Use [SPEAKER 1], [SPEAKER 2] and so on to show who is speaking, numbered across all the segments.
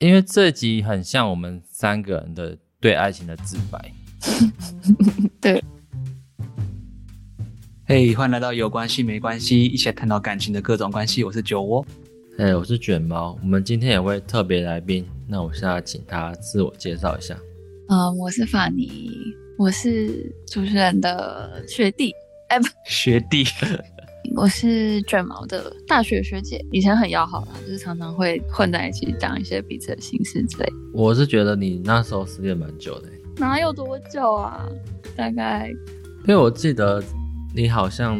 [SPEAKER 1] 因为这集很像我们三个人的对爱情的自白。
[SPEAKER 2] 对。
[SPEAKER 3] 嘿欢迎来到有关系没关系，一起来探讨感情的各种关系。我是酒窝，
[SPEAKER 1] 哎、我是卷毛，我们今天有位特别来宾，那我现在请他自我介绍一下。
[SPEAKER 2] 嗯，我是法尼，我是主持人的学弟，
[SPEAKER 3] 学 弟。
[SPEAKER 2] 我是卷毛的大学学姐，以前很要好啦，就是常常会混在一起讲一些彼此的心事之类的。
[SPEAKER 1] 我是觉得你那时候失恋蛮久的、欸
[SPEAKER 2] 哪有多久啊？大概
[SPEAKER 1] 因为我记得你好像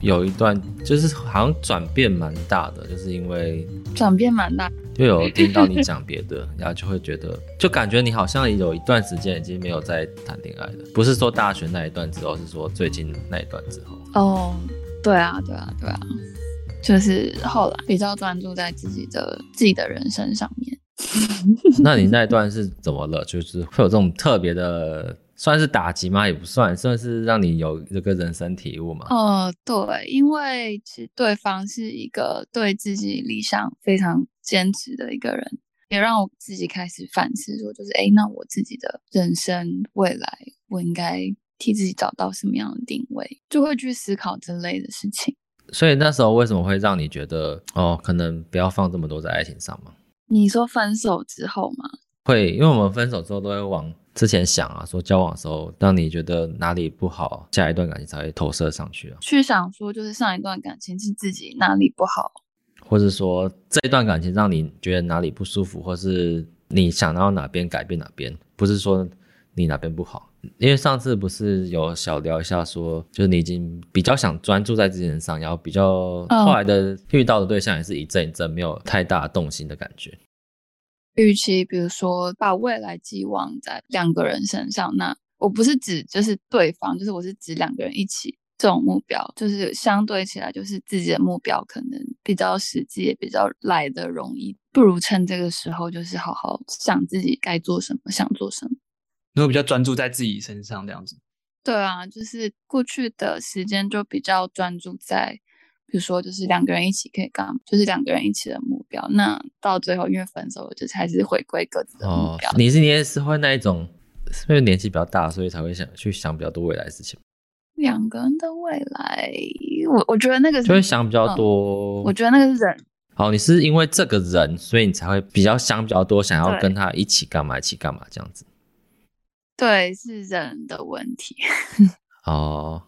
[SPEAKER 1] 有一段，就是好像转变蛮大的，就是因为
[SPEAKER 2] 转变蛮大。
[SPEAKER 1] 就有听到你讲别的，然后就会觉得，就感觉你好像有一段时间已经没有在谈恋爱了，不是说大学那一段之后，是说最近那一段之后。
[SPEAKER 2] 哦，对啊，对啊，对啊，就是后来比较专注在自己的自己的人生上面。
[SPEAKER 1] 那你那一段是怎么了？就是会有这种特别的，算是打击吗？也不算，算是让你有这个人生体悟嘛。
[SPEAKER 2] 哦，对，因为其实对方是一个对自己理想非常坚持的一个人，也让我自己开始反思，说就是，哎，那我自己的人生未来，我应该替自己找到什么样的定位，就会去思考这类的事情。
[SPEAKER 1] 所以那时候为什么会让你觉得，哦，可能不要放这么多在爱情上嘛？
[SPEAKER 2] 你说分手之后嘛，
[SPEAKER 1] 会，因为我们分手之后都会往之前想啊，说交往的时候让你觉得哪里不好，下一段感情才会投射上去啊。
[SPEAKER 2] 去想说就是上一段感情是自己哪里不好，
[SPEAKER 1] 或是说这一段感情让你觉得哪里不舒服，或是你想到哪边改变哪边，不是说你哪边不好。因为上次不是有小聊一下说，就是你已经比较想专注在自己身上，然后比较
[SPEAKER 2] 嗯
[SPEAKER 1] 后来的遇到的对象也是一阵一阵，没有太大动心的感觉。
[SPEAKER 2] 与其比如说把未来寄望在两个人身上，那我不是指就是对方，就是我是指两个人一起这种目标，就是相对起来就是自己的目标可能比较实际，也比较来的容易，不如趁这个时候就是好好想自己该做什么，想做什么。
[SPEAKER 3] 你会比较专注在自己身上这样子。
[SPEAKER 2] 对啊，就是过去的时间就比较专注在，比如说就是两个人一起可以干嘛，就是两个人一起的目标。那到最后因为分手了，就是还是回归各自的目
[SPEAKER 1] 哦
[SPEAKER 2] 标。，
[SPEAKER 1] 你是你也是会那一种，是不是年纪比较大，所以才会想去想比较多未来的事情，
[SPEAKER 2] 两个人的未来，我我觉得那个是
[SPEAKER 1] 就会想比较多。
[SPEAKER 2] 嗯我觉得那个是人，
[SPEAKER 1] 好，你是因为这个人，所以你才会比较想比较多，想要
[SPEAKER 2] 对
[SPEAKER 1] 跟他一起干嘛，一起干嘛这样子。
[SPEAKER 2] 对，是人的问题。
[SPEAKER 1] 哦，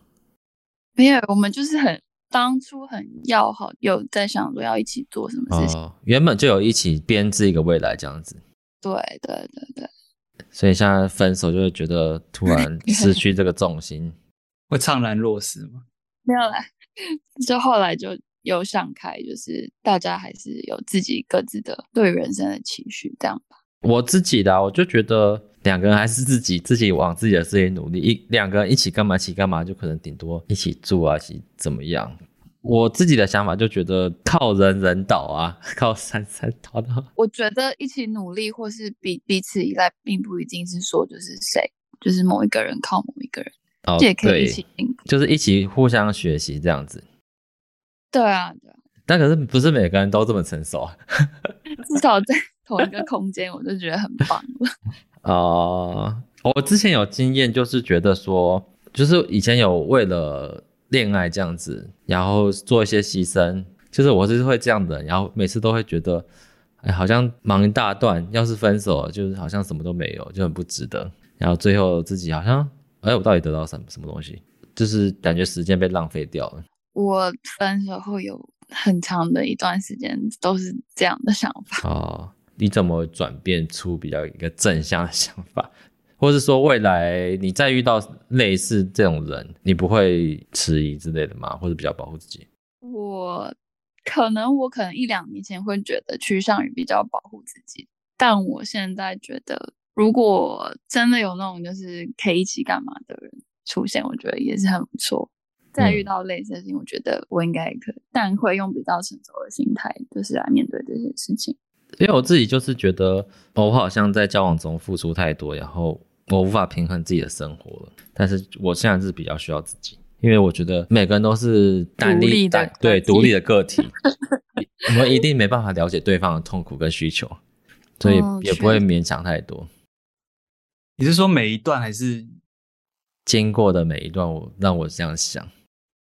[SPEAKER 2] 没有，我们就是很当初很要好，有在想说要一起做什么事情。
[SPEAKER 1] 哦，原本就有一起编织一个未来这样子，
[SPEAKER 2] 对对对对，
[SPEAKER 1] 所以现在分手就会觉得突然失去这个重心。
[SPEAKER 3] 会怅然若失吗？
[SPEAKER 2] 没有啦， 就后来就有想开，就是大家还是有自己各自的对人生的期许，这样吧。
[SPEAKER 1] 我自己的啊、我就觉得两个人还是自己自己往自己的事情努力，一两个人一起干嘛一起干嘛，就可能顶多一起住啊，一起怎么样。我自己的想法就觉得靠人人倒啊， 靠山山倒倒。
[SPEAKER 2] 我觉得一起努力或是彼彼此依赖，并不一定是说就是谁，就是某一个人靠某一个人，
[SPEAKER 1] 哦，
[SPEAKER 2] 这也可以
[SPEAKER 1] 对，
[SPEAKER 2] 一起进步。
[SPEAKER 1] 就是一起互相学习这样子。
[SPEAKER 2] 对啊，对啊。
[SPEAKER 1] 但可是不是每个人都这么成熟啊？
[SPEAKER 2] 至少在 同一个空间，我就觉得很棒了。
[SPEAKER 1] 哦，我之前有经验，就是觉得说，就是以前有为了恋爱这样子，然后做一些牺牲，就是我是会这样的人，然后每次都会觉得，哎，好像忙一大段，要是分手了，就是好像什么都没有，就很不值得。然后最后自己好像，哎，我到底得到什么什么东西？就是感觉时间被浪费掉了。
[SPEAKER 2] 我分手后有很长的一段时间都是这样的想法。
[SPEAKER 1] 哦，你怎么转变出比较一个正向的想法， 或是说未来你再遇到类似这种人，你不会迟疑之类的吗？或者比较保护自己？
[SPEAKER 2] 我可能我可能一两年前会觉得趋向于比较保护自己，但我现在觉得，如果真的有那种就是可以一起干嘛的人出现，我觉得也是很不错。再
[SPEAKER 1] 嗯
[SPEAKER 2] 遇到类似的事情，我觉得我应该也可以，但会用比较成熟的心态，就是来面对这些事情。
[SPEAKER 1] 因为我自己就是觉得，哦我好像在交往中付出太多，然后我无法平衡自己的生活了。但是我现在是比较需要自己，因为我觉得每个人都是单
[SPEAKER 2] 独立的
[SPEAKER 1] 单
[SPEAKER 2] 个
[SPEAKER 1] 对
[SPEAKER 2] 体
[SPEAKER 1] 独立的个体，我们一定没办法了解对方的痛苦跟需求。所以
[SPEAKER 2] 哦
[SPEAKER 1] 也
[SPEAKER 2] 确
[SPEAKER 1] 不会勉强太多。
[SPEAKER 3] 你是说每一段还是？
[SPEAKER 1] 经过的每一段，我让我这样想，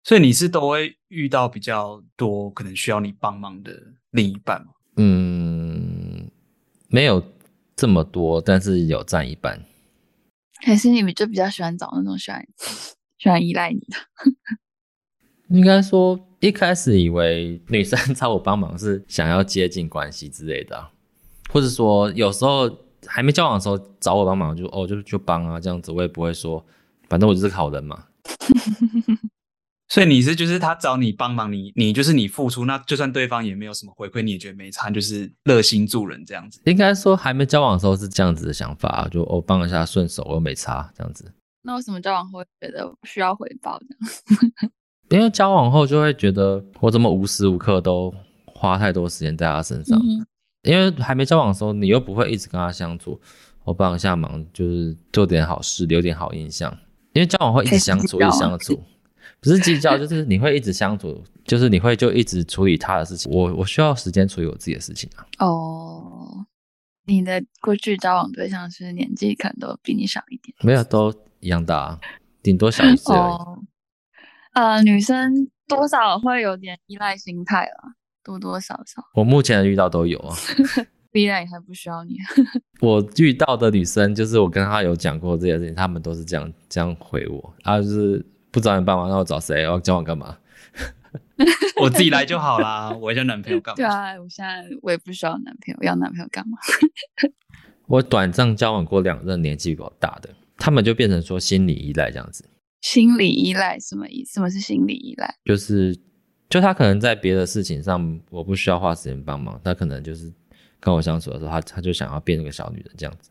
[SPEAKER 3] 所以你是都会遇到比较多可能需要你帮忙的另一半吗？
[SPEAKER 1] 嗯，没有这么多，但是有占一半。
[SPEAKER 2] 还是你们就比较喜欢找那种喜欢喜欢依赖你的？
[SPEAKER 1] 应该说一开始以为女生找我帮忙是想要接近关系之类的啊、或者说有时候还没交往的时候找我帮忙就哦就就帮啊这样子，我也不会说，反正我就是好人嘛。
[SPEAKER 3] 所以你是就是他找你帮忙，你你就是你付出，那就算对方也没有什么回馈，你也觉得没差，你就是热心助人这样 子。
[SPEAKER 1] 应该说还没交往的时候是这样子的想法啊、就哦帮一下顺手，我又没差这样子。
[SPEAKER 2] 那为什么交往后会觉得不需要回报的？
[SPEAKER 1] 因为交往后就会觉得我怎么无时无刻都花太多时间在他身上，
[SPEAKER 2] 嗯
[SPEAKER 1] 因为还没交往的时候你又不会一直跟他相处，我帮一下忙就是做点好事，留点好印象。因为交往后一直相处，一
[SPEAKER 2] 开
[SPEAKER 1] 直
[SPEAKER 2] 始计较
[SPEAKER 1] 相处，不是计较，就是你会一直相处， 就是你会就一直处理他的事情。我我需要时间处理我自己的事情啊。
[SPEAKER 2] 哦，你的过去交往对象是不是年纪可能都比你小一点
[SPEAKER 1] 没有都一样大、啊，顶多小一岁而已。
[SPEAKER 2] 哦。呃，女生多少会有点依赖心态啦，多多少少。
[SPEAKER 1] 我目前遇到都有啊。
[SPEAKER 2] 依赖还不需要你，啊
[SPEAKER 1] 我遇到的女生，就是我跟她有讲过这件事情，她们都是这样这样回我，啊，就是不找你帮忙，那我找谁？我交往干嘛？
[SPEAKER 3] 我自己来就好啦，我交男朋友干 嘛？
[SPEAKER 2] 对啊，我现在我也不需要男朋友，要男朋友干嘛？
[SPEAKER 1] 我短暂交往过两任年纪比我大的，他们就变成说心理依赖这样子，
[SPEAKER 2] 心理依赖什么意？什么是心理依赖？
[SPEAKER 1] 就是就他可能在别的事情上我不需要花时间帮忙，他可能就是跟我相处的时候，他他就想要变那个小女人这样子，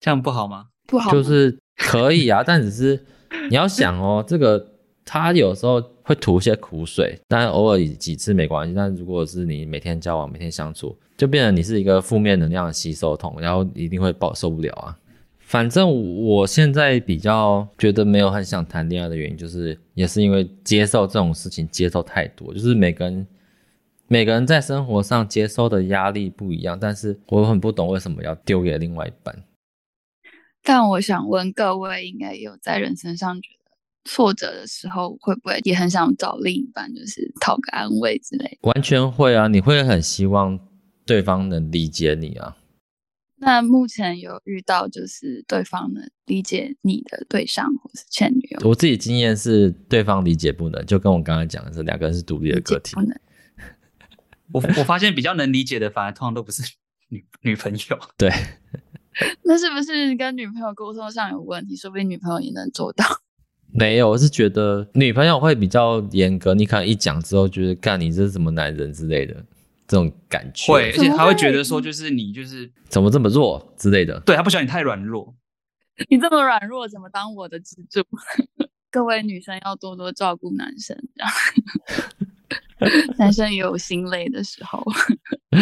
[SPEAKER 3] 这样不好吗？
[SPEAKER 2] 不好吗，
[SPEAKER 1] 就是可以啊，但 只是你要想哦，这个他有时候会吐一些苦水，但偶尔几次没关系。但如果是你每天交往、每天相处，就变成你是一个负面能量的吸收桶，然后一定会爆受不了啊。反正我现在比较觉得没有很想谈恋爱的原因，就是也是因为接受这种事情接受太多，就是每个人每个人在生活上接受的压力不一样，但是我很不懂为什么要丢给另外一半。
[SPEAKER 2] 但我想问各位，应该也有在人生上觉得挫折的时候，会不会也很想找另一半，就是讨个安慰之类的？
[SPEAKER 1] 完全会啊，你会很希望对方能理解你啊。
[SPEAKER 2] 那目前有遇到就是对方能理解你的对象或是前女友，
[SPEAKER 1] 我自己经验是，对方理解不能，就跟我刚才讲的是，两个人是独立的个体
[SPEAKER 2] 不。能
[SPEAKER 3] 我 我发现比较能理解的，反而通常都不是女女朋友。
[SPEAKER 1] 对，
[SPEAKER 2] 那是不是跟女朋友沟通上有问题？说不定女朋友也能做到。
[SPEAKER 1] 没有，我是觉得女朋友会比较严格，你可能一讲之后，就是干你这是什么男人之类的这种感觉，
[SPEAKER 3] 会，而且
[SPEAKER 2] 怎么
[SPEAKER 3] 他会
[SPEAKER 2] 会
[SPEAKER 3] 觉得说，就是你就是
[SPEAKER 1] 怎么这么弱之类的。
[SPEAKER 3] 对他不喜欢你太软弱。
[SPEAKER 2] 你这么软弱，怎么当我的支柱？ 各位女生要多多照顾男生，这样 男生也有心累的时候。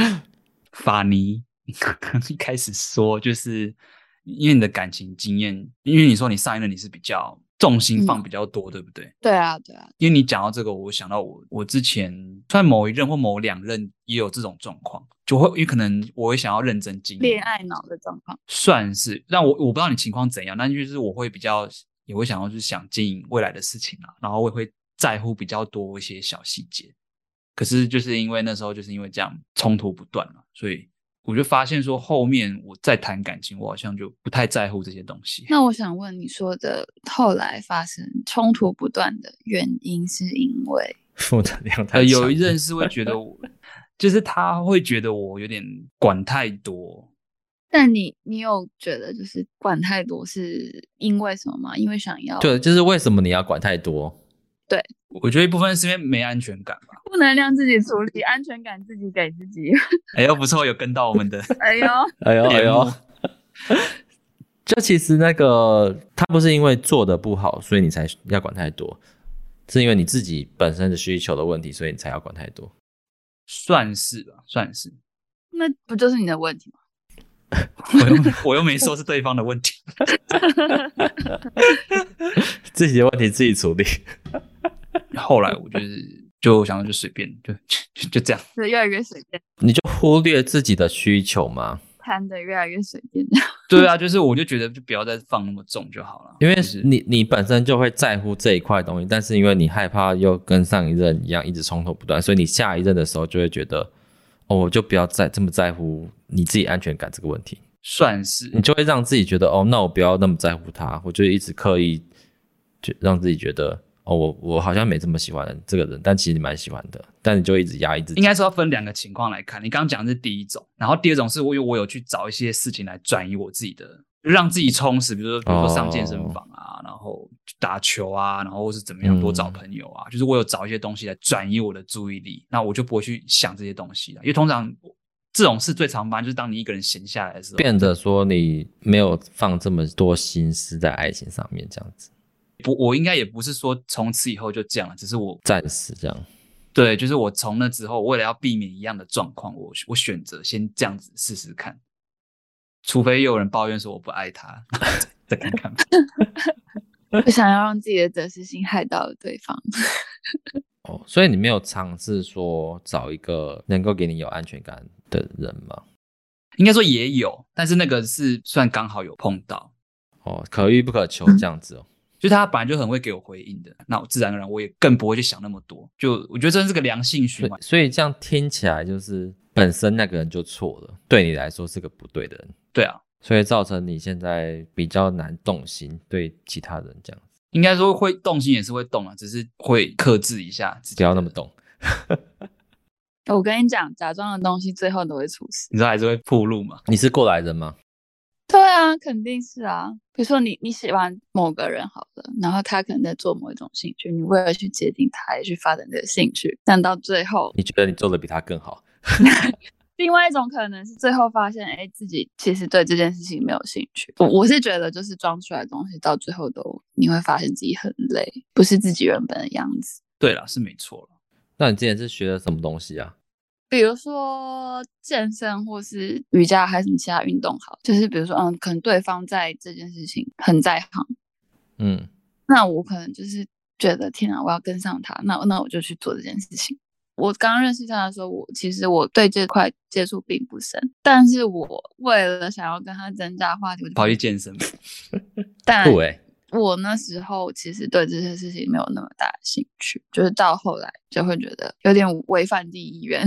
[SPEAKER 3] 法尼，你刚刚一开始说，就是因为你的感情经验，因为你说你上一任你是比较重心
[SPEAKER 2] 嗯
[SPEAKER 3] 放比较多，对不对？
[SPEAKER 2] 对啊，对啊，
[SPEAKER 3] 因为你讲到这个，我想到我我之前算某一任或某两任也有这种状况，就会因为可能我会想要认真经营
[SPEAKER 2] 恋爱脑的状况。
[SPEAKER 3] 算是，但我我不知道你情况怎样，但就是我会比较也会想要去想经营未来的事情啦，然后我也会在乎比较多一些小细节。可是就是因为那时候就是因为这样冲突不断嘛，所以我就发现说后面我再谈感情，我好像就不太在乎这些东西。呃
[SPEAKER 2] 那我想问，你说的后来发生冲突不断的原因，是因为
[SPEAKER 1] 负能量太
[SPEAKER 3] 呃，
[SPEAKER 1] 强
[SPEAKER 3] 有一任是会觉得我， 就是他会觉得我有点管太多，
[SPEAKER 2] 但你你有觉得就是管太多是因为什么吗？因为想要
[SPEAKER 1] 对，就是为什么你要管太多？
[SPEAKER 3] 我觉得一部分是因为没安全感吧。
[SPEAKER 2] 不能让自己处理，安全感自己给自己。
[SPEAKER 3] 哎呦，不错，有跟到我们的
[SPEAKER 2] 哎呦，
[SPEAKER 1] 哎呦
[SPEAKER 3] 节目。
[SPEAKER 1] 就其实那个他不是因为做的不好，所以你才要管太多，是因为你自己本身的需求的问题，所以你才要管太多。
[SPEAKER 3] 算是吧，算是。
[SPEAKER 2] 那不就是你的问题吗？
[SPEAKER 3] 我又 我又没说是对方的问题，
[SPEAKER 1] 自己的问题自己处理。
[SPEAKER 3] 后来我就是就想就随便就就就这样，
[SPEAKER 2] 是越来越随便，
[SPEAKER 1] 你就忽略自己的需求嘛，
[SPEAKER 2] 贪的 越来越随便。
[SPEAKER 3] 对啊，就是我就觉得就不要再放那么重就好了，
[SPEAKER 1] 因为
[SPEAKER 3] 就是
[SPEAKER 1] 你你本身就会在乎这一块东西，但是因为你害怕又跟上一任一样一直冲突不断，所以你下一任的时候就会觉得，哦，我就不要再这么在乎你自己安全感这个问题，
[SPEAKER 3] 算是
[SPEAKER 1] 你就会让自己觉得，哦，那我不要那么在乎他，我就一直刻意就让自己觉得，哦，我我好像没这么喜欢这个人，但其实你蛮喜欢的，但你就一直压抑自己
[SPEAKER 3] 应。该是要分两个情况来看。你刚刚讲的是第一种，然后第二种是我有我有去找一些事情来转移我自己的，让自己充实，比如说比如说上健身房
[SPEAKER 1] 哦
[SPEAKER 3] 啊，然后去打球啊，然后或是怎么样
[SPEAKER 1] 嗯
[SPEAKER 3] 多找朋友啊，就是我有找一些东西来转移我的注意力，那我就不会去想这些东西了，因为通常这种事最常发生就是当你一个人闲下来的时候，
[SPEAKER 1] 变得说你没有放这么多心思在爱情上面，这样子
[SPEAKER 3] 不，我应该也不是说从此以后就这样了，只是我
[SPEAKER 1] 暂时这样，
[SPEAKER 3] 对，就是我从那之后，为了要避免一样的状况，我我选择先这样子试试看，除非有人抱怨说我不爱他， 再看看吧。
[SPEAKER 2] 不想要让自己的得失心害到了对方。
[SPEAKER 1] 哦，所以你没有尝试说找一个能够给你有安全感的人吗？
[SPEAKER 3] 应该说也有，但是那个是算刚好有碰到，
[SPEAKER 1] 哦，可遇不可求这样子哦。
[SPEAKER 3] 就他本来就很会给我回应的，那我自然而然我也更不会去想那么多。就我觉得这是个良性循
[SPEAKER 1] 所
[SPEAKER 3] 环
[SPEAKER 1] 以，所以这样听起来就是本身那个人就错了，对你来说是个不对的人，
[SPEAKER 3] 对啊，
[SPEAKER 1] 所以造成你现在比较难动心对其他人这样，
[SPEAKER 3] 应该说会动心也是会动啊，只是会克制一下自己
[SPEAKER 1] 不要那么
[SPEAKER 3] 的，
[SPEAKER 1] 动。
[SPEAKER 2] 我跟你讲，假装的东西最后都会出事。
[SPEAKER 3] 你知道还是会铺路嘛。
[SPEAKER 1] 你是过来人吗？
[SPEAKER 2] 对啊，肯定是啊。比如说你你喜欢某个人好了，然后他可能在做某一种兴趣，你为了去接近他，也去发展这个兴趣，但到最后，
[SPEAKER 1] 你觉得你做的比他更好？
[SPEAKER 2] 另外一种可能是最后发现，哎，自己其实对这件事情没有兴趣。我我是觉得，就是装出来的东西，到最后都你会发现自己很累，不是自己原本的样子。
[SPEAKER 3] 对了，是没错了。
[SPEAKER 1] 那你之前是学了什么东西啊？
[SPEAKER 2] 比如说健身或是瑜伽，还是什么其他运动好，就是比如说，嗯，可能对方在这件事情很在行，
[SPEAKER 1] 嗯，
[SPEAKER 2] 那我可能就是觉得天啊，我要跟上他，那那我就去做这件事情。我刚认识他的时候，我其实我对这块接触并不深，但是我为了想要跟他增加话题，我就
[SPEAKER 3] 跑去健身，
[SPEAKER 2] 但
[SPEAKER 1] 酷诶、欸
[SPEAKER 2] 我那时候其实对这些事情没有那么大的兴趣，就是到后来就会觉得有点违反第一意愿，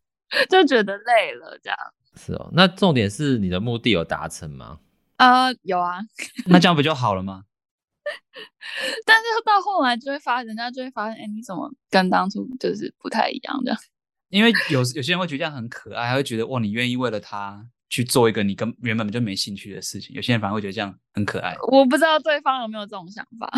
[SPEAKER 2] 就觉得累了这样。
[SPEAKER 1] 是哦。那重点是你的目的有达成吗？
[SPEAKER 2] 啊，有啊，
[SPEAKER 3] 那这样不就好了吗？
[SPEAKER 2] 但是到后来就会发，人家就会发现，哎，你怎么跟当初就是不太一样这样？
[SPEAKER 3] 因为有有些人会觉得这样很可爱，还会觉得哇，你愿意为了他去做一个你根原本就没兴趣的事情。有些人反而会觉得这样很可爱。
[SPEAKER 2] 我不知道对方有没有这种想法。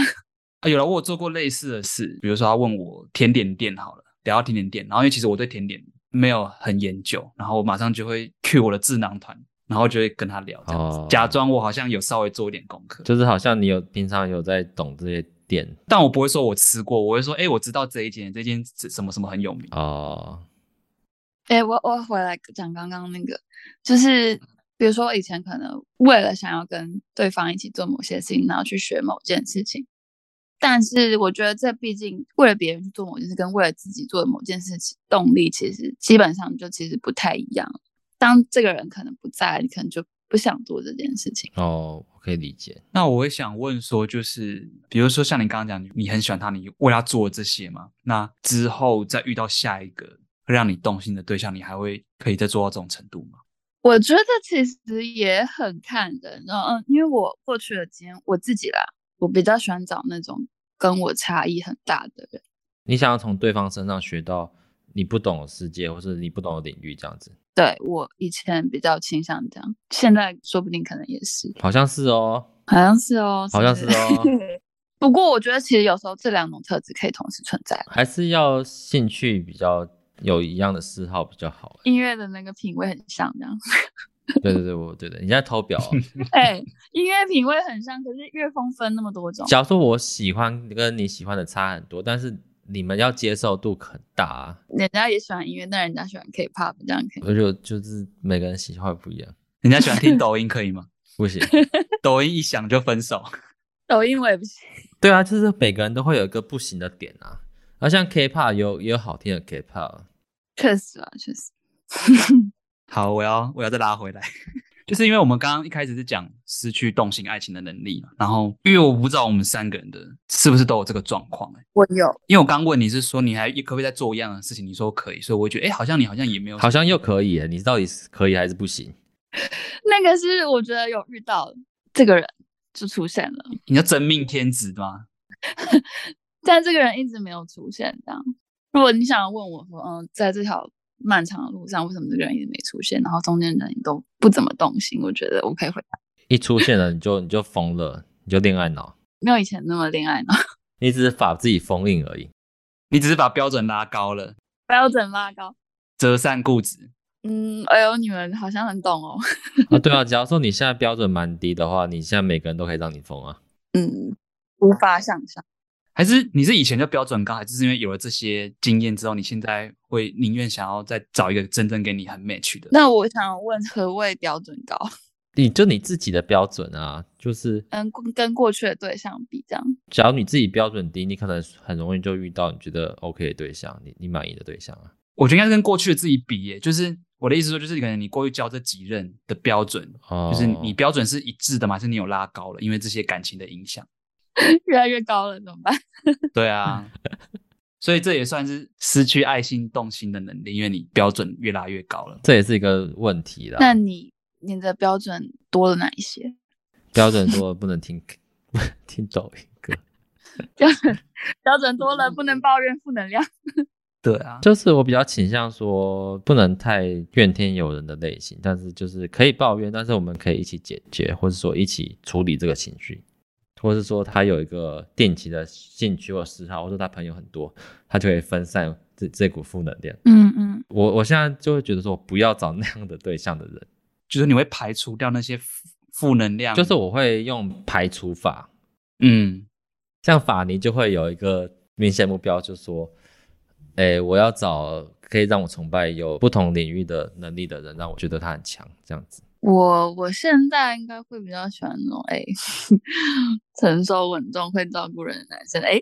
[SPEAKER 3] 啊，有了，我有做过类似的事，比如说他问我甜点店好了，聊到甜点店，然后因为其实我对甜点没有很研究，然后我马上就会 cue 我的智囊团，然后就会跟他聊这样子，
[SPEAKER 1] 哦
[SPEAKER 3] 假装我好像有稍微做一点功课，
[SPEAKER 1] 就是好像你有平常有在懂这些店
[SPEAKER 3] 但我不会说我吃过，我会说哎、我知道这一间，这间什么什么很有名。
[SPEAKER 1] 哦，
[SPEAKER 2] 哎、我我回来讲刚刚那个，就是比如说以前可能为了想要跟对方一起做某些事情，然后去学某件事情，但是我觉得这毕竟为了别人去做某件事，跟为了自己做某件事情动力其实基本上就其实不太一样。当这个人可能不在，你可能就不想做这件事情。
[SPEAKER 1] 哦，我可以理解。
[SPEAKER 3] 那我会想问说，就是比如说像你刚刚讲，你很喜欢他，你为他做这些嘛？那之后再遇到下一个会让你动心的对象，你还会可以再做到这种程度吗？
[SPEAKER 2] 我觉得其实也很看人，嗯嗯，因为我过去的经验，我自己啦，我比较喜欢找那种跟我差异很大的人。
[SPEAKER 1] 你想要从对方身上学到你不懂的世界，或是你不懂的领域，这样子，
[SPEAKER 2] 对我以前比较倾向这样，现在说不定可能也是，
[SPEAKER 1] 好像是哦，
[SPEAKER 2] 好像是哦，
[SPEAKER 1] 好像是 哦，
[SPEAKER 2] 不过我觉得其实有时候这两种特质可以同时存在。
[SPEAKER 1] 还是要兴趣比较有一样的嗜好比较好。
[SPEAKER 2] 音乐的那个品味很像，这样，
[SPEAKER 1] 对对对，我对对，你在偷表、哦。
[SPEAKER 2] 哎、音乐品味很像，可是乐风分那么多种，
[SPEAKER 1] 假如说我喜欢跟你喜欢的差很多，但是你们要接受度很大、啊，
[SPEAKER 2] 人家也喜欢音乐，但人家喜欢 K-pop，这样可以。
[SPEAKER 1] 而且就是每个人喜好不一样，
[SPEAKER 3] 人家喜欢听抖音可以吗？
[SPEAKER 1] 不行。
[SPEAKER 3] 抖音一响就分手，
[SPEAKER 2] 抖音我也不行，
[SPEAKER 1] 对啊，就是每个人都会有一个不行的点啊。而像 K-pop 有也有好听的 K-pop，
[SPEAKER 2] 确实啊，确实。
[SPEAKER 3] 好，我要我要再拉回来， 就是因为我们刚刚一开始是讲失去动心爱情的能力嘛，然后因为我不知道我们三个人的是不是都有这个状况、欸，
[SPEAKER 2] 我有，
[SPEAKER 3] 因为我刚问你是说你还可不可以再做一样的事情，你说可以，所以我会觉得哎、欸好像你好像也没有，
[SPEAKER 1] 好像又可以耶，你到底是可以还是不行？
[SPEAKER 2] 那个是我觉得有遇到这个人就出现了，
[SPEAKER 3] 你叫真命天子吗？
[SPEAKER 2] 但这个人一直没有出现。这样，如果你想要问我说，嗯，在这条漫长的路上，为什么这个人一直没出现？然后中间人都不怎么动心，我觉得我可以回答，
[SPEAKER 1] 一出现了你就你就疯了，你就恋爱脑，
[SPEAKER 2] 没有以前那么恋爱脑，
[SPEAKER 1] 你只是把自己封印而已。
[SPEAKER 3] 你只是把标准拉高了，
[SPEAKER 2] 标准拉高。
[SPEAKER 3] 折扇固执。
[SPEAKER 2] 嗯，哎呦，你们好像很懂哦。
[SPEAKER 1] 啊，对啊，假如说你现在标准蛮低的话，你现在每个人都可以让你疯啊。
[SPEAKER 2] 嗯，无法想象。
[SPEAKER 3] 还是你是以前就标准高，还是因为有了这些经验之后，你现在会宁愿想要再找一个真正跟你很 match 的？
[SPEAKER 2] 那我想问，何谓标准高？
[SPEAKER 1] 你就你自己的标准啊，就是
[SPEAKER 2] 嗯，跟跟过去的对象比，这样
[SPEAKER 1] 假如你自己标准低，你可能很容易就遇到你觉得 OK 的对象，你你满意的对象啊。
[SPEAKER 3] 我觉得应该是跟过去的自己比耶，就是我的意思说，就是可能你过去交这几任的标准，
[SPEAKER 1] 哦，
[SPEAKER 3] 就是你标准是一致的吗？还是你有拉高了？因为这些感情的影响。
[SPEAKER 2] 越来越高了，怎么办？
[SPEAKER 3] 对啊，所以这也算是失去爱心动心的能力，因为你标准越拉越高了。
[SPEAKER 1] 这也是一个问题啦。
[SPEAKER 2] 那你你的标准多了哪一些？
[SPEAKER 1] 标准多了不能听 听抖音歌，
[SPEAKER 2] 标准标准多了，不能抱怨负能量。
[SPEAKER 3] 对啊，
[SPEAKER 1] 就是我比较倾向说不能太怨天尤人的类型，但是就是可以抱怨，但是我们可以一起解决，或者说一起处理这个情绪，或是说他有一个定期的兴趣或嗜好，或者说他朋友很多，他就可以分散这这股负能量。
[SPEAKER 2] 嗯嗯，
[SPEAKER 1] 我我现在就会觉得说，我不要找那样的对象的人，
[SPEAKER 3] 就是你会排除掉那些负负能量，
[SPEAKER 1] 就是我会用排除法，
[SPEAKER 3] 嗯，
[SPEAKER 1] 像法尼就会有一个明显目标，就说，哎、我要找可以让我崇拜有不同领域的能力的人，让我觉得他很强，这样子。
[SPEAKER 2] 我我现在应该会比较喜欢那种哎， 成熟稳重会照顾人的男生。哎，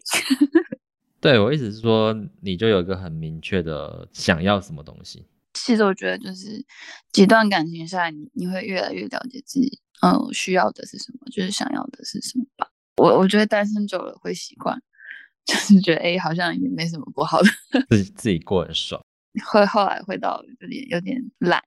[SPEAKER 1] 对我意思是说，你就有一个很明确的想要什么东 西。
[SPEAKER 2] 其实我觉得就是几段感情下来，你你会越来越了解自己，嗯，需要的是什么，就是想要的是什么吧。我我觉得单身久了会习惯， 就是觉得哎，好像也没什么不好的。
[SPEAKER 1] 自己自己过很爽。
[SPEAKER 2] 会后来会到有点有点懒。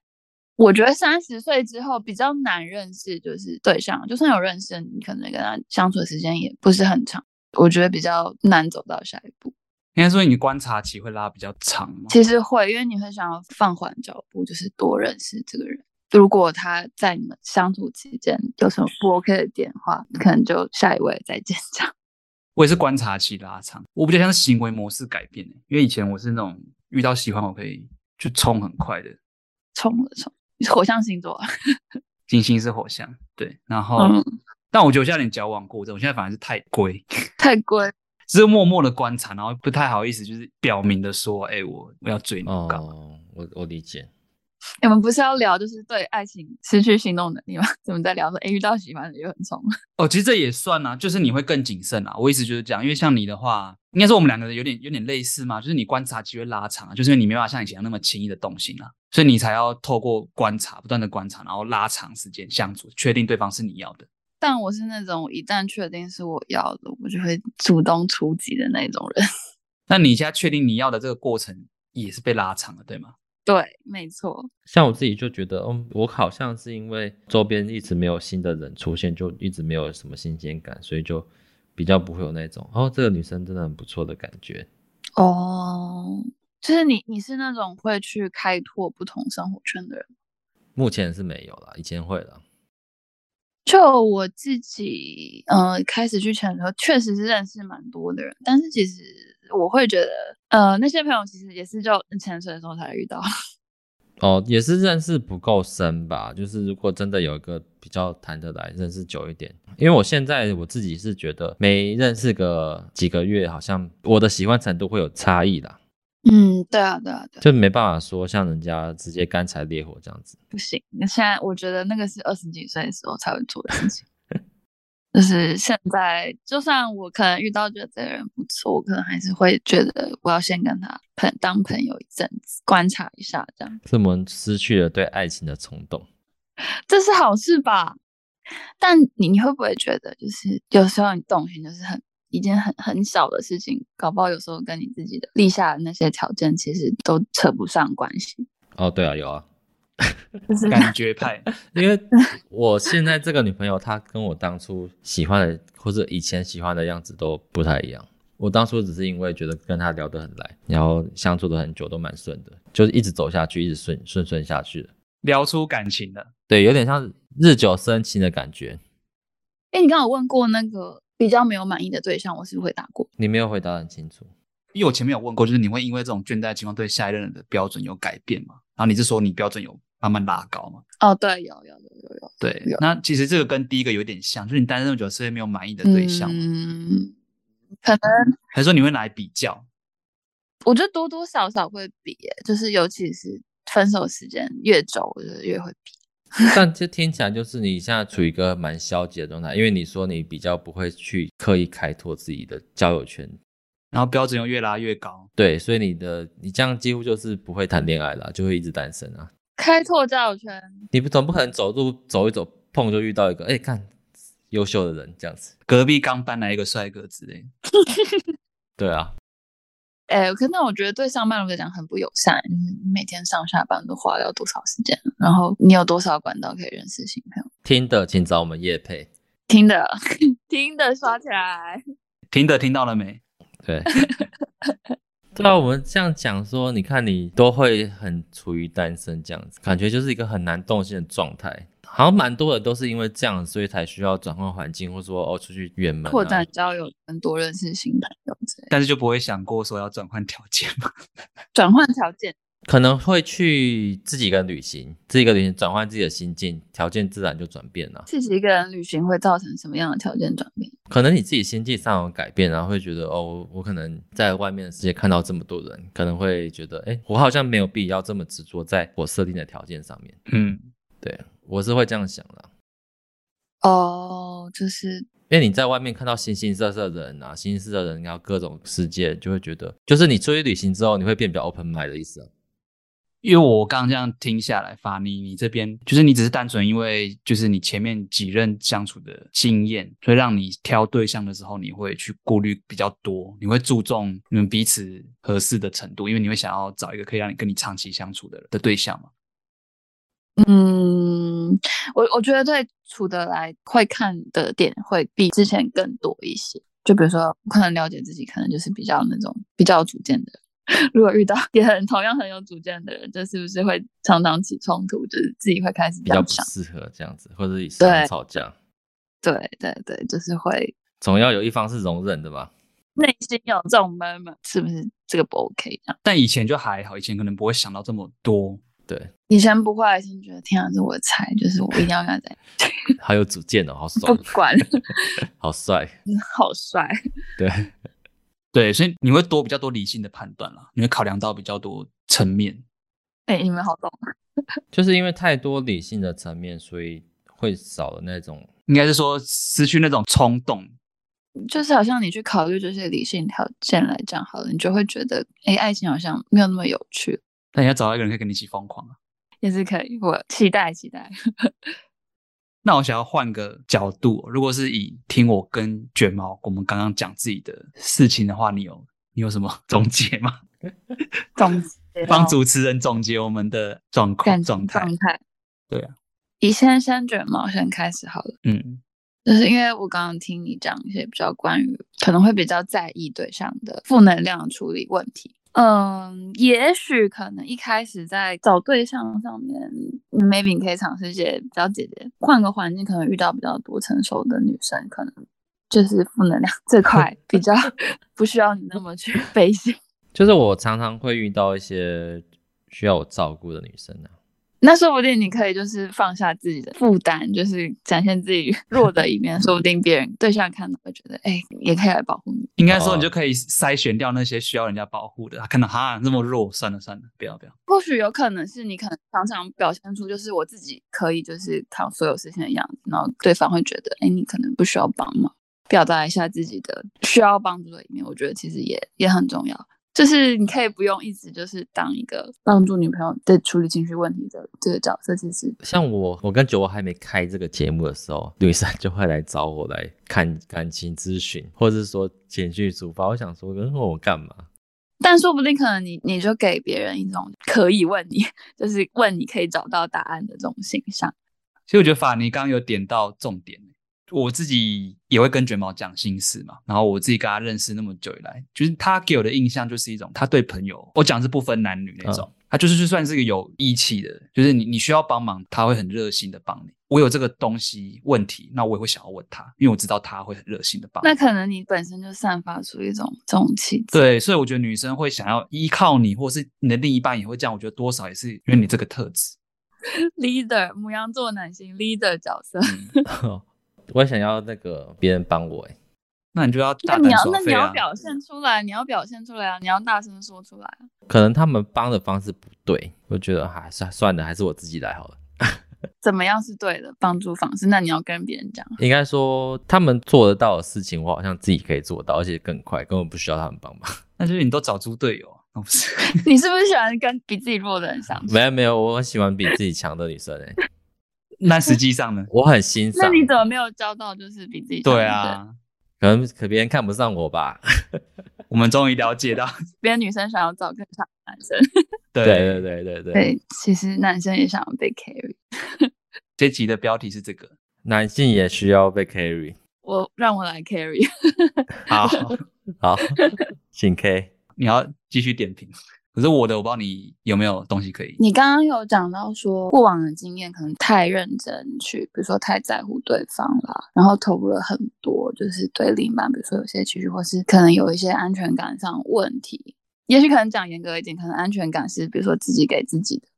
[SPEAKER 2] 我觉得三十岁之后比较难认识，就是对象，就算有认识，你可能跟他相处的时间也不是很长。我觉得比较难走到下一步。
[SPEAKER 3] 应该说你观察期会拉比较长嘛。
[SPEAKER 2] 其实会，因为你会想要放缓脚步，就是多认识这个人。如果他在你们相处期间有什么不 OK 的点的话，你可能就下一位再见这样。
[SPEAKER 3] 我也是观察期拉长，我比较像是行为模式改变、欸因为以前我是那种遇到喜欢我可以去冲很快的，
[SPEAKER 2] 冲了冲，火象星座啊，
[SPEAKER 3] 金星是火象，对，然后、
[SPEAKER 2] 嗯，
[SPEAKER 3] 但我觉得我现在有点矫枉过正，我现在反而是太龟，
[SPEAKER 2] 太贵了。
[SPEAKER 3] 只是默默的观察，然后不太好意思就是表明的说，哎、我我要追你，干嘛
[SPEAKER 1] 哦，我我理解。
[SPEAKER 2] 你们不是要聊就是对爱情失去行动能力吗？怎么在聊说哎遇到喜欢的就很冲？
[SPEAKER 3] 哦，其实这也算啊，就是你会更谨慎啊。我意思就是这样，因为像你的话，应该说我们两个人有点有点类似嘛，就是你观察期会拉长啊，就是因为你没办法像以前那么轻易的动心啊，所以你才要透过观察，不断的观察，然后拉长时间相处，确定对方是你要的。
[SPEAKER 2] 但我是那种我一旦确定是我要的，我就会主动出击的那种人。
[SPEAKER 3] 那你现在确定你要的这个过程也是被拉长了，对吗？
[SPEAKER 2] 对，没错，
[SPEAKER 1] 像我自己就觉得，嗯，我好像是因为周边一直没有新的人出现，就一直没有什么新鲜感，所以就比较不会有那种哦，这个女生真的很不错的感觉。
[SPEAKER 2] 哦，就是你你是那种会去开拓不同生活圈的人。
[SPEAKER 1] 目前是没有啦，以前会啦。
[SPEAKER 2] 就我自己，呃，开始去潜水的时候，确实是认识蛮多的人，但是其实我会觉得，呃，那些朋友其实也是就潜水的时候才遇到。
[SPEAKER 1] 哦，也是认识不够深吧，就是如果真的有一个比较谈得来、认识久一点，因为我现在我自己是觉得没认识个几个月，好像我的喜欢程度会有差异啦，
[SPEAKER 2] 嗯，对啊，对啊，对啊，
[SPEAKER 1] 就没办法说像人家直接干柴烈火这样子。
[SPEAKER 2] 不行，那现在我觉得那个是二十几岁的时候才会做的事情。就是现在，就算我可能遇到觉得这个人不错，我可能还是会觉得我要先跟他朋当朋友一阵子，观察一下这样，
[SPEAKER 1] 是我们失去了对爱情的冲动。
[SPEAKER 2] 这是好事吧？但你你会不会觉得，就是有时候你动心就是很一件很很小的事情，搞不好有时候跟你自己的立下的那些条件其实都扯不上关系，
[SPEAKER 1] 哦，对啊，有啊，
[SPEAKER 2] 就是
[SPEAKER 3] 感觉派，
[SPEAKER 1] 因为我现在这个女朋友，她跟我当初喜欢的或者以前喜欢的样子都不太一样。我当初只是因为觉得跟她聊得很来，然后相处的很久，都蛮顺的，就是一直走下去，一直顺顺顺下去的。
[SPEAKER 3] 聊出感情了。
[SPEAKER 1] 对，有点像日久生情的感觉。
[SPEAKER 2] 哎、你刚刚有问过那个比较没有满意的对象，我是不是回答过？
[SPEAKER 1] 你没有回答得很清楚。
[SPEAKER 3] 因为我前面有问过，就是你会因为这种倦怠情况对下一任的标准有改变吗？然后你是说你标准有慢慢拉高吗？
[SPEAKER 2] 哦，对，有有有有有
[SPEAKER 3] 对
[SPEAKER 2] 有，
[SPEAKER 3] 那其实这个跟第一个有点像，就是你单身那么久是会没有满意的对象吗，
[SPEAKER 2] 嗯，可能
[SPEAKER 3] 还是说你会拿来比较？
[SPEAKER 2] 我觉得多多少少会比耶、就是尤其是分手时间越久，我觉得越会比。
[SPEAKER 1] 但这听起来就是你现在处于一个蛮消极的状态，因为你说你比较不会去刻意开拓自己的交友圈，
[SPEAKER 3] 然后标准又越拉越高，
[SPEAKER 1] 对，所以你的你这样几乎就是不会谈恋爱啦，就会一直单身啊。
[SPEAKER 2] 开拓交友圈，
[SPEAKER 1] 你不总不可能走路走一走，碰就遇到一个，哎、看优秀的人这样子。
[SPEAKER 3] 隔壁刚搬来一个帅哥之类的，
[SPEAKER 1] 对啊，
[SPEAKER 2] 哎、可那我觉得对上班族来讲很不友善，就是你每天上下班都花掉多少时间，然后你有多少管道可以认识新朋友？
[SPEAKER 1] 听的请找我们叶配。
[SPEAKER 2] 听的听的刷起来，
[SPEAKER 3] 听的听到了没？
[SPEAKER 1] 对，对啊，我们这样讲说，你看你都会很处于单身这样子，感觉就是一个很难动心的状态。好像蛮多人都是因为这样，所以才需要转换环境，或说哦出去远门、啊、
[SPEAKER 2] 扩展交友圈，多认识新朋友之类的。
[SPEAKER 3] 嗯但是就不会想过说要转换条件 嘛？
[SPEAKER 2] 转换条件，
[SPEAKER 1] 可能会去自己一个人旅行，自己一个旅行转换自己的心境，条件自然就转变了。
[SPEAKER 2] 自己一个人旅行会造成什么样的条件转变？
[SPEAKER 1] 可能你自己心境上有改变，然后会觉得哦，我我可能在外面的世界看到这么多人，可能会觉得，哎，我好像没有必要这么执着在我设定的条件上面。
[SPEAKER 3] 嗯，
[SPEAKER 1] 对，我是会这样想的，
[SPEAKER 2] 哦，就是
[SPEAKER 1] 因为你在外面看到形形色色的人啊，形形色色的人，然后各种世界，就会觉得，就是你出去旅行之后，你会变比较 open mind 的意思啊。
[SPEAKER 3] 因为我刚刚这样听下来，法尼你这边就是你只是单纯因为就是你前面几任相处的经验，所以让你挑对象的时候，你会去顾虑比较多，你会注重你们彼此合适的程度，因为你会想要找一个可以让你跟你长期相处的人的对象嘛。
[SPEAKER 2] 嗯，我我觉得对处得来会看的点会比之前更多一些。就比如说，我可能了解自己，可能就是比较那种比较有主见的人。 如果遇到也很同样很有主见的人，这是不是会常常起冲突？就是自己会开始
[SPEAKER 1] 比较
[SPEAKER 2] 这样
[SPEAKER 1] 不
[SPEAKER 2] 想。
[SPEAKER 1] 适合这样子，或者是常吵架，
[SPEAKER 2] 对对对，就是会
[SPEAKER 1] 总要有一方是容忍的吧。
[SPEAKER 2] 内心有这种 moment，是不是这个不 OK？这样
[SPEAKER 3] 但以前就还好，以前可能不会想到这么多，
[SPEAKER 1] 对，
[SPEAKER 2] 以前不会，现在觉得天啊，这是我的菜，就是我一定要跟他在一起，
[SPEAKER 1] 好有主见哦，好
[SPEAKER 2] 不
[SPEAKER 1] 爽，
[SPEAKER 2] 管
[SPEAKER 1] 好帅。
[SPEAKER 2] 好帅。
[SPEAKER 1] 对，
[SPEAKER 3] 对，所以你会多比较多理性的判断啦，你会考量到比较多层面。
[SPEAKER 2] 哎、你们好懂。
[SPEAKER 1] 就是因为太多理性的层面，所以会少了那种。
[SPEAKER 3] 应该是说失去那种冲动，
[SPEAKER 2] 就是好像你去考虑这些理性条件来讲好了，你就会觉得，哎，爱情好像没有那么有趣，
[SPEAKER 3] 但你要找到一个人可以跟你一起疯狂啊。
[SPEAKER 2] 也是可以，我期待期待。
[SPEAKER 3] 那我想要换个角度，哦如果是以听我跟卷毛我们刚刚讲自己的事情的话，你有你有什么 总结吗？
[SPEAKER 2] 总结
[SPEAKER 3] 帮
[SPEAKER 2] 哦
[SPEAKER 3] 主持人总结我们的状
[SPEAKER 2] 感
[SPEAKER 3] 况
[SPEAKER 2] 情
[SPEAKER 3] 状态
[SPEAKER 2] 状。态，
[SPEAKER 3] 对啊。
[SPEAKER 2] 以先先卷毛先开始好了，
[SPEAKER 3] 嗯，
[SPEAKER 2] 就是因为我刚刚听你讲一些比较关于可能会比较在意对象的负能量处理问题。嗯，也许可能一开始在找对象上面，maybe 你可以尝试一些比较姐姐，换个环境可能遇到比较多成熟的女生，可能就是负能量 这块比较不需要你那么去背心。
[SPEAKER 1] 就是我常常会遇到一些需要我照顾的女生啊，
[SPEAKER 2] 那说不定你可以就是放下自己的负担，就是展现自己弱的一面，说不定别人对象看到会觉得，哎、也可以来保护你。
[SPEAKER 3] 应该说
[SPEAKER 1] 哦
[SPEAKER 3] 你就可以筛选掉那些需要人家保护的。啊他看到哈那么弱，算了算了，不要不要。
[SPEAKER 2] 或许有可能是你可能常常表现出就是我自己可以就是扛所有事情的样子，然后对方会觉得，哎、你可能不需要帮忙，表达一下自己的需要帮助的一面，我觉得其实也也很重要。就是你可以不用一直就是当一个帮助女朋友在处理情绪问题的这个角色，其实
[SPEAKER 1] 像我，我跟九我还没开这个节目的时候，女生就会来找我来看感情咨询，或者是说情绪抒发。我想说，问我干嘛？
[SPEAKER 2] 但说不定可能你你就给别人一种可以问你， 就是问你可以找到答案的这种形象。
[SPEAKER 3] 其实我觉得法尼刚刚有点到重点，欸我自己也会跟卷毛讲心事嘛。然后我自己跟他认识那么久以来，就是他给我的印象就是一种他对朋友，我讲是不分男女那种，他就是就算是个有义气的人，就是你你需要帮忙，他会很热心的帮你。我有这个东西问题，那我也会想要问他，因为我知道他会很热心的帮。
[SPEAKER 2] 那可能你本身就散发出一种这种气质。
[SPEAKER 3] 对，所以我觉得女生会想要依靠你，或是你的另一半也会这样。我觉得多少也是因为你这个特质。
[SPEAKER 2] leader 母羊座男性 leader 角色。
[SPEAKER 3] 嗯
[SPEAKER 1] 我想要那个别人帮我、欸，
[SPEAKER 3] 那你就要
[SPEAKER 2] 那
[SPEAKER 3] 大 胆
[SPEAKER 2] 你要
[SPEAKER 3] 耍
[SPEAKER 2] 那
[SPEAKER 3] 废
[SPEAKER 2] 你
[SPEAKER 3] 啊！
[SPEAKER 2] 要表现出来，你要表现出来啊！你要大声说出来啊！
[SPEAKER 1] 可能他们帮的方式不对，我觉得还算算了，还是我自己来好了。
[SPEAKER 2] 怎么样是对的帮助方式？那你要跟别人讲。啊
[SPEAKER 1] 应该说，他们做得到的事情，我好像自己可以做到，而且更快，根本不需要他们帮忙。
[SPEAKER 3] 那就是你都找猪队友啊，哦不是？
[SPEAKER 2] 你是不是喜欢跟比自己弱的人相 处？
[SPEAKER 1] 没有没有，我很喜欢比自己强的女生诶、
[SPEAKER 3] 那实际上呢？
[SPEAKER 1] 我很欣
[SPEAKER 2] 那
[SPEAKER 1] 赏。
[SPEAKER 2] 你怎么没有交到就是比自己强的
[SPEAKER 3] 啊
[SPEAKER 2] 人？
[SPEAKER 3] 对啊，
[SPEAKER 1] 可能可别人看不上我 吧？
[SPEAKER 3] 我们终于了解 到，
[SPEAKER 2] 别的女生想要找更强的男生，
[SPEAKER 3] 对
[SPEAKER 1] 对对对对对，
[SPEAKER 2] 对，其实男生也想要被 carry。
[SPEAKER 3] 这集的标题是这个。
[SPEAKER 1] 男性也需要被 carry。
[SPEAKER 2] 我让我来 carry，
[SPEAKER 3] 好，
[SPEAKER 1] 好，请 K。
[SPEAKER 3] 你要继续点评。可是我的，我不知道你有没有东西可以。
[SPEAKER 2] 你刚刚有讲到说，过往的经验可能太认真去，比如说太在乎对方啦，然后投入了很多，就是对另一半，比如说有些情绪，或是可能有一些安全感上问题。也许可能讲严格一点，可能安全感是比如说自己给自己的。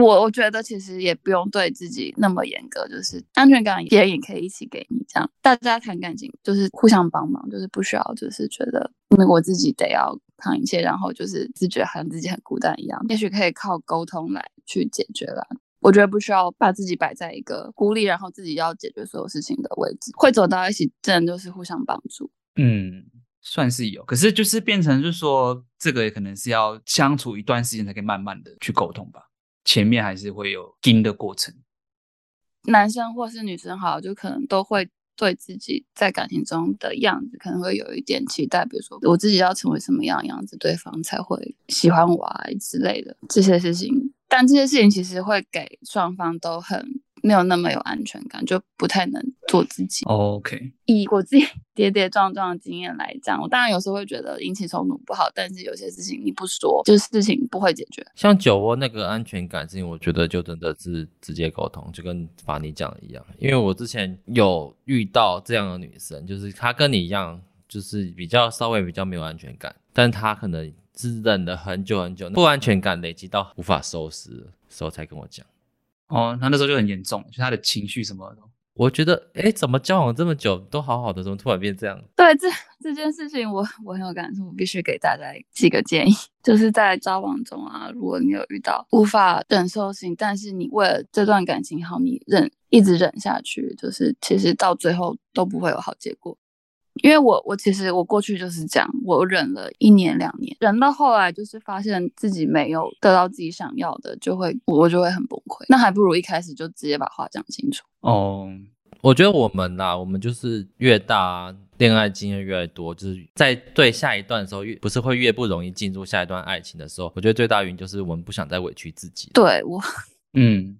[SPEAKER 2] 我我觉得其实也不用对自己那么严格，就是安全感别人也可以一起给你，这样大家谈感情就是互相帮忙，就是不需要就是觉得因为我自己得要扛一切，然后就是自觉好像自己很孤单一样，也许可以靠沟通来去解决啦。我觉得不需要把自己摆在一个孤立，然后自己要解决所有事情的位置，会走到一起，真的就是互相帮助。
[SPEAKER 3] 嗯，算是有，可是就是变成是说，这个可能是要相处一段时间才可以慢慢的去沟通吧。前面还是会有盯的过程。
[SPEAKER 2] 男生或是女生好，就可能都会对自己在感情中的样子，可能会有一点期待，比如说我自己要成为什么样的样子，对方才会喜欢我啊之类的这些事情。但这些事情其实会给双方都很没有那么有安全感，就不太能做自己。
[SPEAKER 3] OK，
[SPEAKER 2] 以我自己 跌跌撞撞的经验来讲，我当然有时候会觉得引起冲突不好，但是有些事情你不说，就是事情不会解决。
[SPEAKER 1] 像酒窝那个安全感事情，我觉得就真的是直接沟通，就跟法尼讲的一样。因为我之前有遇到这样的女生，就是她跟你一样，就是比较稍微比较没有安全感，但她可能是忍了很久很久，不安全感累积到无法收拾的时候才跟我讲。
[SPEAKER 3] 哦，他那时候就很严重，就他的情绪什么的。
[SPEAKER 1] 我觉得，哎，怎么交往这么久都好好的，怎么突然变这样？
[SPEAKER 2] 对这这件事情我，我很有感触，我必须给大家几个建议，就是在交往中啊，如果你有遇到无法忍受的事情，但是你为了这段感情好，你忍一直忍下去，就是其实到最后都不会有好结果。因为我我其实我过去就是这样，我忍了一年两年，忍到后来就是发现自己没有得到自己想要的，就会我就会很崩溃。那还不如一开始就直接把话讲清楚。
[SPEAKER 3] 哦，
[SPEAKER 1] 我觉得我们啦，我们就是越大，恋爱经验越多，就是在对下一段的时候，越不是会越不容易进入下一段爱情的时候，我觉得最大原因就是我们不想再委屈自己，
[SPEAKER 2] 对我
[SPEAKER 3] 嗯，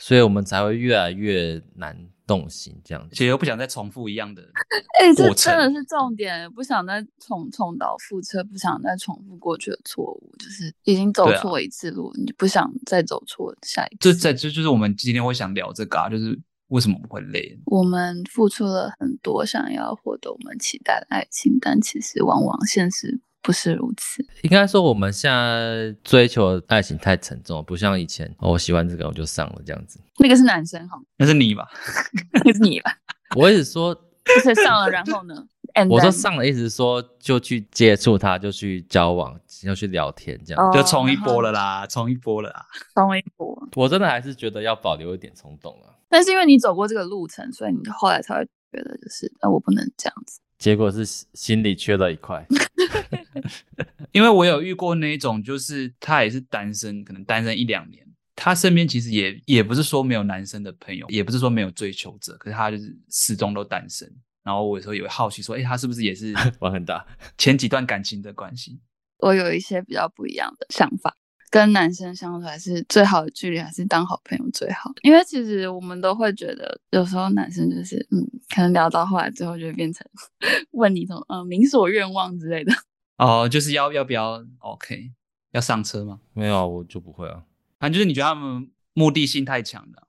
[SPEAKER 1] 所以我们才会越来越难动心这样
[SPEAKER 3] 其实
[SPEAKER 1] 子。
[SPEAKER 3] 又不想再重复一样的。
[SPEAKER 2] 哎、这
[SPEAKER 3] 过
[SPEAKER 2] 真的
[SPEAKER 3] 程
[SPEAKER 2] 是重点，不想再重重蹈覆辙，不想再重复过去的错误，就是已经走
[SPEAKER 3] 对啊
[SPEAKER 2] 错一次路，你不想再走错下一
[SPEAKER 3] 这
[SPEAKER 2] 次。
[SPEAKER 3] 这这就是我们今天会想聊这个啊，就是为什么我们会累。
[SPEAKER 2] 我们付出了很多，想要获得我们期待的爱情，但其实往往现实不是如此。
[SPEAKER 1] 应该说我们现在追求的爱情太沉重了，不像以前、哦、我喜欢这个我就上了这样子。
[SPEAKER 2] 那个是男生好吗？
[SPEAKER 3] 那是你吧？
[SPEAKER 2] 那是你吧？
[SPEAKER 1] 我一直说，
[SPEAKER 2] 就是上了，然后 呢？And
[SPEAKER 1] 我说
[SPEAKER 2] then-
[SPEAKER 1] 上了，意思是说就去接触他，就去交往，要去聊天这样。
[SPEAKER 2] 哦
[SPEAKER 3] 就冲一
[SPEAKER 2] 然后
[SPEAKER 3] 波了啦，冲一波了啦。
[SPEAKER 2] 上微博，
[SPEAKER 1] 我真的还是觉得要保留一点冲动啊。
[SPEAKER 2] 但是因为你走过这个路程，所以你后来才会觉得就是，呃，我不能这样子。
[SPEAKER 1] 结果是心心里缺了一 块，
[SPEAKER 3] 因为我有遇过那一种，就是他也是单身，可能单身一两年，他身边其实也也不是说没有男生的朋友，也不是说没有追求者，可是他就是始终都单身。然后我有时候也会好奇说，哎，他是不是也是
[SPEAKER 1] 玩很大。
[SPEAKER 3] 前几段感情的关系？
[SPEAKER 2] 我有一些比较不一样的想法，跟男生相处还是最好的距离，还是当好朋友最好。因为其实我们都会觉得，有时候男生就是，嗯，可能聊到后来，最后就会变成 问你什么，呃，民所愿望之类的。
[SPEAKER 3] 哦、就是要要不要 OK，要上车吗？
[SPEAKER 1] 没有啊，我就不会啊。
[SPEAKER 3] 反正就是你觉得他们目的性太强了。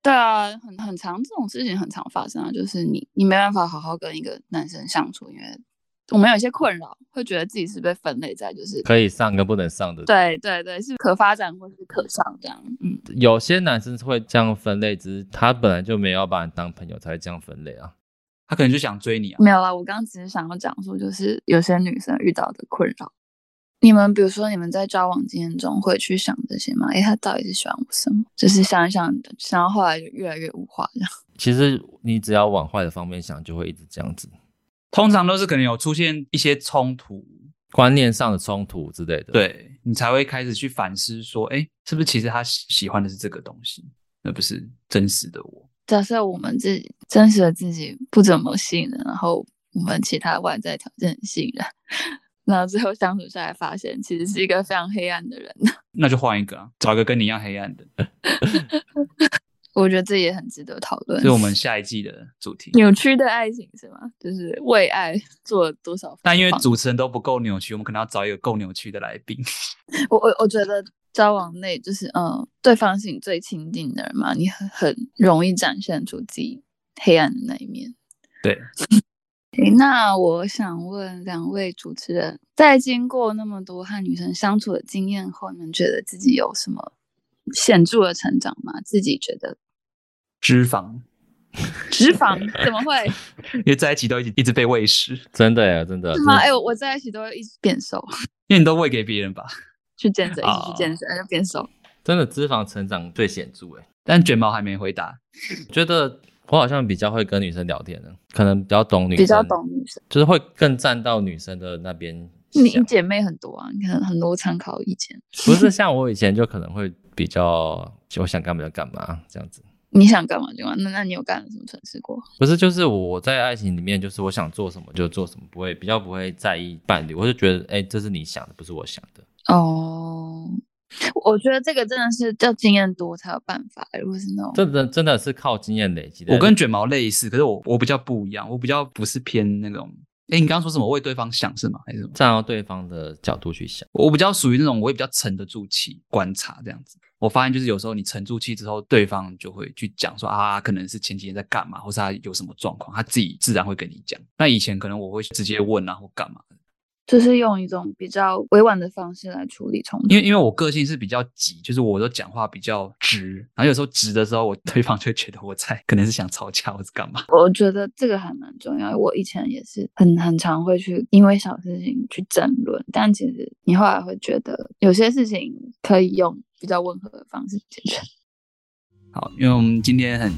[SPEAKER 2] 对啊，很很常这种事情很常发生啊，就是你你没办法好好跟一个男生相处，因为我们有一些困扰，会觉得自己是被分类在就是
[SPEAKER 1] 可以上跟不能上的，，
[SPEAKER 2] 对对对，是可发展或是可上这样，嗯，
[SPEAKER 1] 有些男生是会这样分类，只是他本来就没有要把你当朋友才会这样分类啊。
[SPEAKER 3] 他可能就想追你啊，
[SPEAKER 2] 没有啦，我刚刚只是想要讲说，就是有些女生遇到的困扰，你们比如说你们在交往经验中会去想这些吗？诶，他到底是喜欢我什么？就是想一想，想到后来就越来越物化这样。
[SPEAKER 1] 其实你只要往坏的方面想，就会一直这样子，
[SPEAKER 3] 通常都是可能有出现一些冲突，
[SPEAKER 1] 观念上的冲突之类的。，
[SPEAKER 3] 对你才会开始去反思说，哎，是不是其实他喜喜欢的是这个东西，而不是真实的我？
[SPEAKER 2] 假设我们自己真实的自己不怎么吸引人，然后我们其他外在条件很吸引人， 然后最后相处下来发现其实是一个非常黑暗的人，
[SPEAKER 3] 那就换一个啊，找一个跟你一样黑暗的，
[SPEAKER 2] 我觉得这也很值得讨论
[SPEAKER 3] 这是。我们下一季的主题。
[SPEAKER 2] 扭曲的爱情是吗？就是为爱做了多少？
[SPEAKER 3] 但因为主持人都不够扭曲，我们可能要找一个够扭曲的来宾。
[SPEAKER 2] 我我我觉得交往内就是嗯，对方是你最亲近的人嘛，你很很容易展现出自己黑暗的那一面。
[SPEAKER 3] 对，
[SPEAKER 2] 诶那我想问两位主持人，在经过那么多和女生相处的经验后，你们觉得自己有什么显著的成长吗？自己觉得
[SPEAKER 3] 脂肪，
[SPEAKER 2] 脂肪怎么会
[SPEAKER 1] 啊
[SPEAKER 3] 因为在一起都一直一直被喂食，
[SPEAKER 1] 真的呀，真的。啊
[SPEAKER 2] 是吗？
[SPEAKER 1] 真的
[SPEAKER 2] 哎、我我在一起都会一直变瘦，
[SPEAKER 3] 因为你都喂给别人吧。
[SPEAKER 2] 去健身，一起
[SPEAKER 3] 哦
[SPEAKER 1] 啊
[SPEAKER 2] 去健身，就变瘦。
[SPEAKER 1] 真的脂肪成长最显著哎、
[SPEAKER 3] 但卷毛还没回答，
[SPEAKER 1] 我觉得我好像比较会跟女生聊天呢，可能比较懂女生，
[SPEAKER 2] 比较，懂女生，
[SPEAKER 1] 就是会更站到女生的那边
[SPEAKER 2] 你你
[SPEAKER 1] 想。
[SPEAKER 2] 姐妹很多啊，你看很多参考意见。
[SPEAKER 1] 不是像我以前就可能会比较，我想干嘛就干嘛这样子。
[SPEAKER 2] 你想干嘛就干嘛，那那你有干了什么蠢事过？
[SPEAKER 1] 不是，就是我在爱情里面，就是我想做什么就做什么，不会比较不会在意伴侣。我就觉得，哎、这是你想的，不是我想的。
[SPEAKER 2] 哦，我觉得这个真的是要经验多才有办法。欸如果是那种，
[SPEAKER 1] 这真真的是靠经验累积的。
[SPEAKER 3] 我跟卷毛类似，可是我我比较不一样，我比较不是偏那种。哎，你刚刚说什么？为对方想是吗？还是什么？
[SPEAKER 1] 站到对方的角度去想，
[SPEAKER 3] 我比较属于那种，我也比较沉得住气，观察这样子。我发现就是有时候你沉住气之后，对方就会去讲说啊，可能是前几天在干嘛，或是他有什么状况，他自己自然会跟你讲。那以前可能我会直接问啊，或干嘛，
[SPEAKER 2] 就是用一种比较委婉的方式来处理冲突
[SPEAKER 3] 因。为因为我个性是比较急，就是我都讲话比较直，然后有时候直的时候，我 对方就会觉得我在可能是想吵架或是干嘛。
[SPEAKER 2] 我觉得这个还蛮重要。我以前也是很很常会去因为小事情去争论，但其实你后来会觉得有些事情可以用比较温和的方式解决。
[SPEAKER 3] 好，因为我们今天很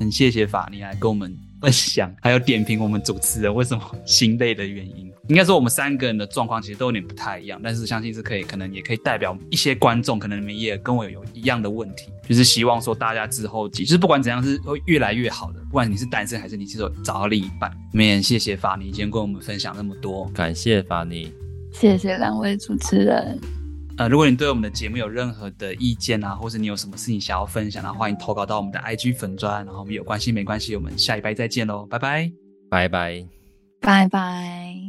[SPEAKER 3] 很谢谢法尼来跟我们分享，还有点评我们主持人为什么心累的原因。 应该说我们三个人的状况其实都有点不太一样，但是相信是可以，可能也可以代表一些观众，可能你们也跟我有一样的问题，就是希望说大家之后就是不管怎样是会越来越好的，不管你是单身还是你是有找到另一半。我们也谢谢法尼今天跟我们分享那么多。
[SPEAKER 1] 感谢法尼，
[SPEAKER 2] 谢谢两位主持人，
[SPEAKER 3] 呃，如果你对我们的节目有任何的意见啊，或是你有什么事情想要分享啊，欢迎投稿到我们的 IG 粉砖，然后我们有关系没关系，我们下一拜再见喽，拜拜。
[SPEAKER 1] 拜拜。
[SPEAKER 2] 拜拜。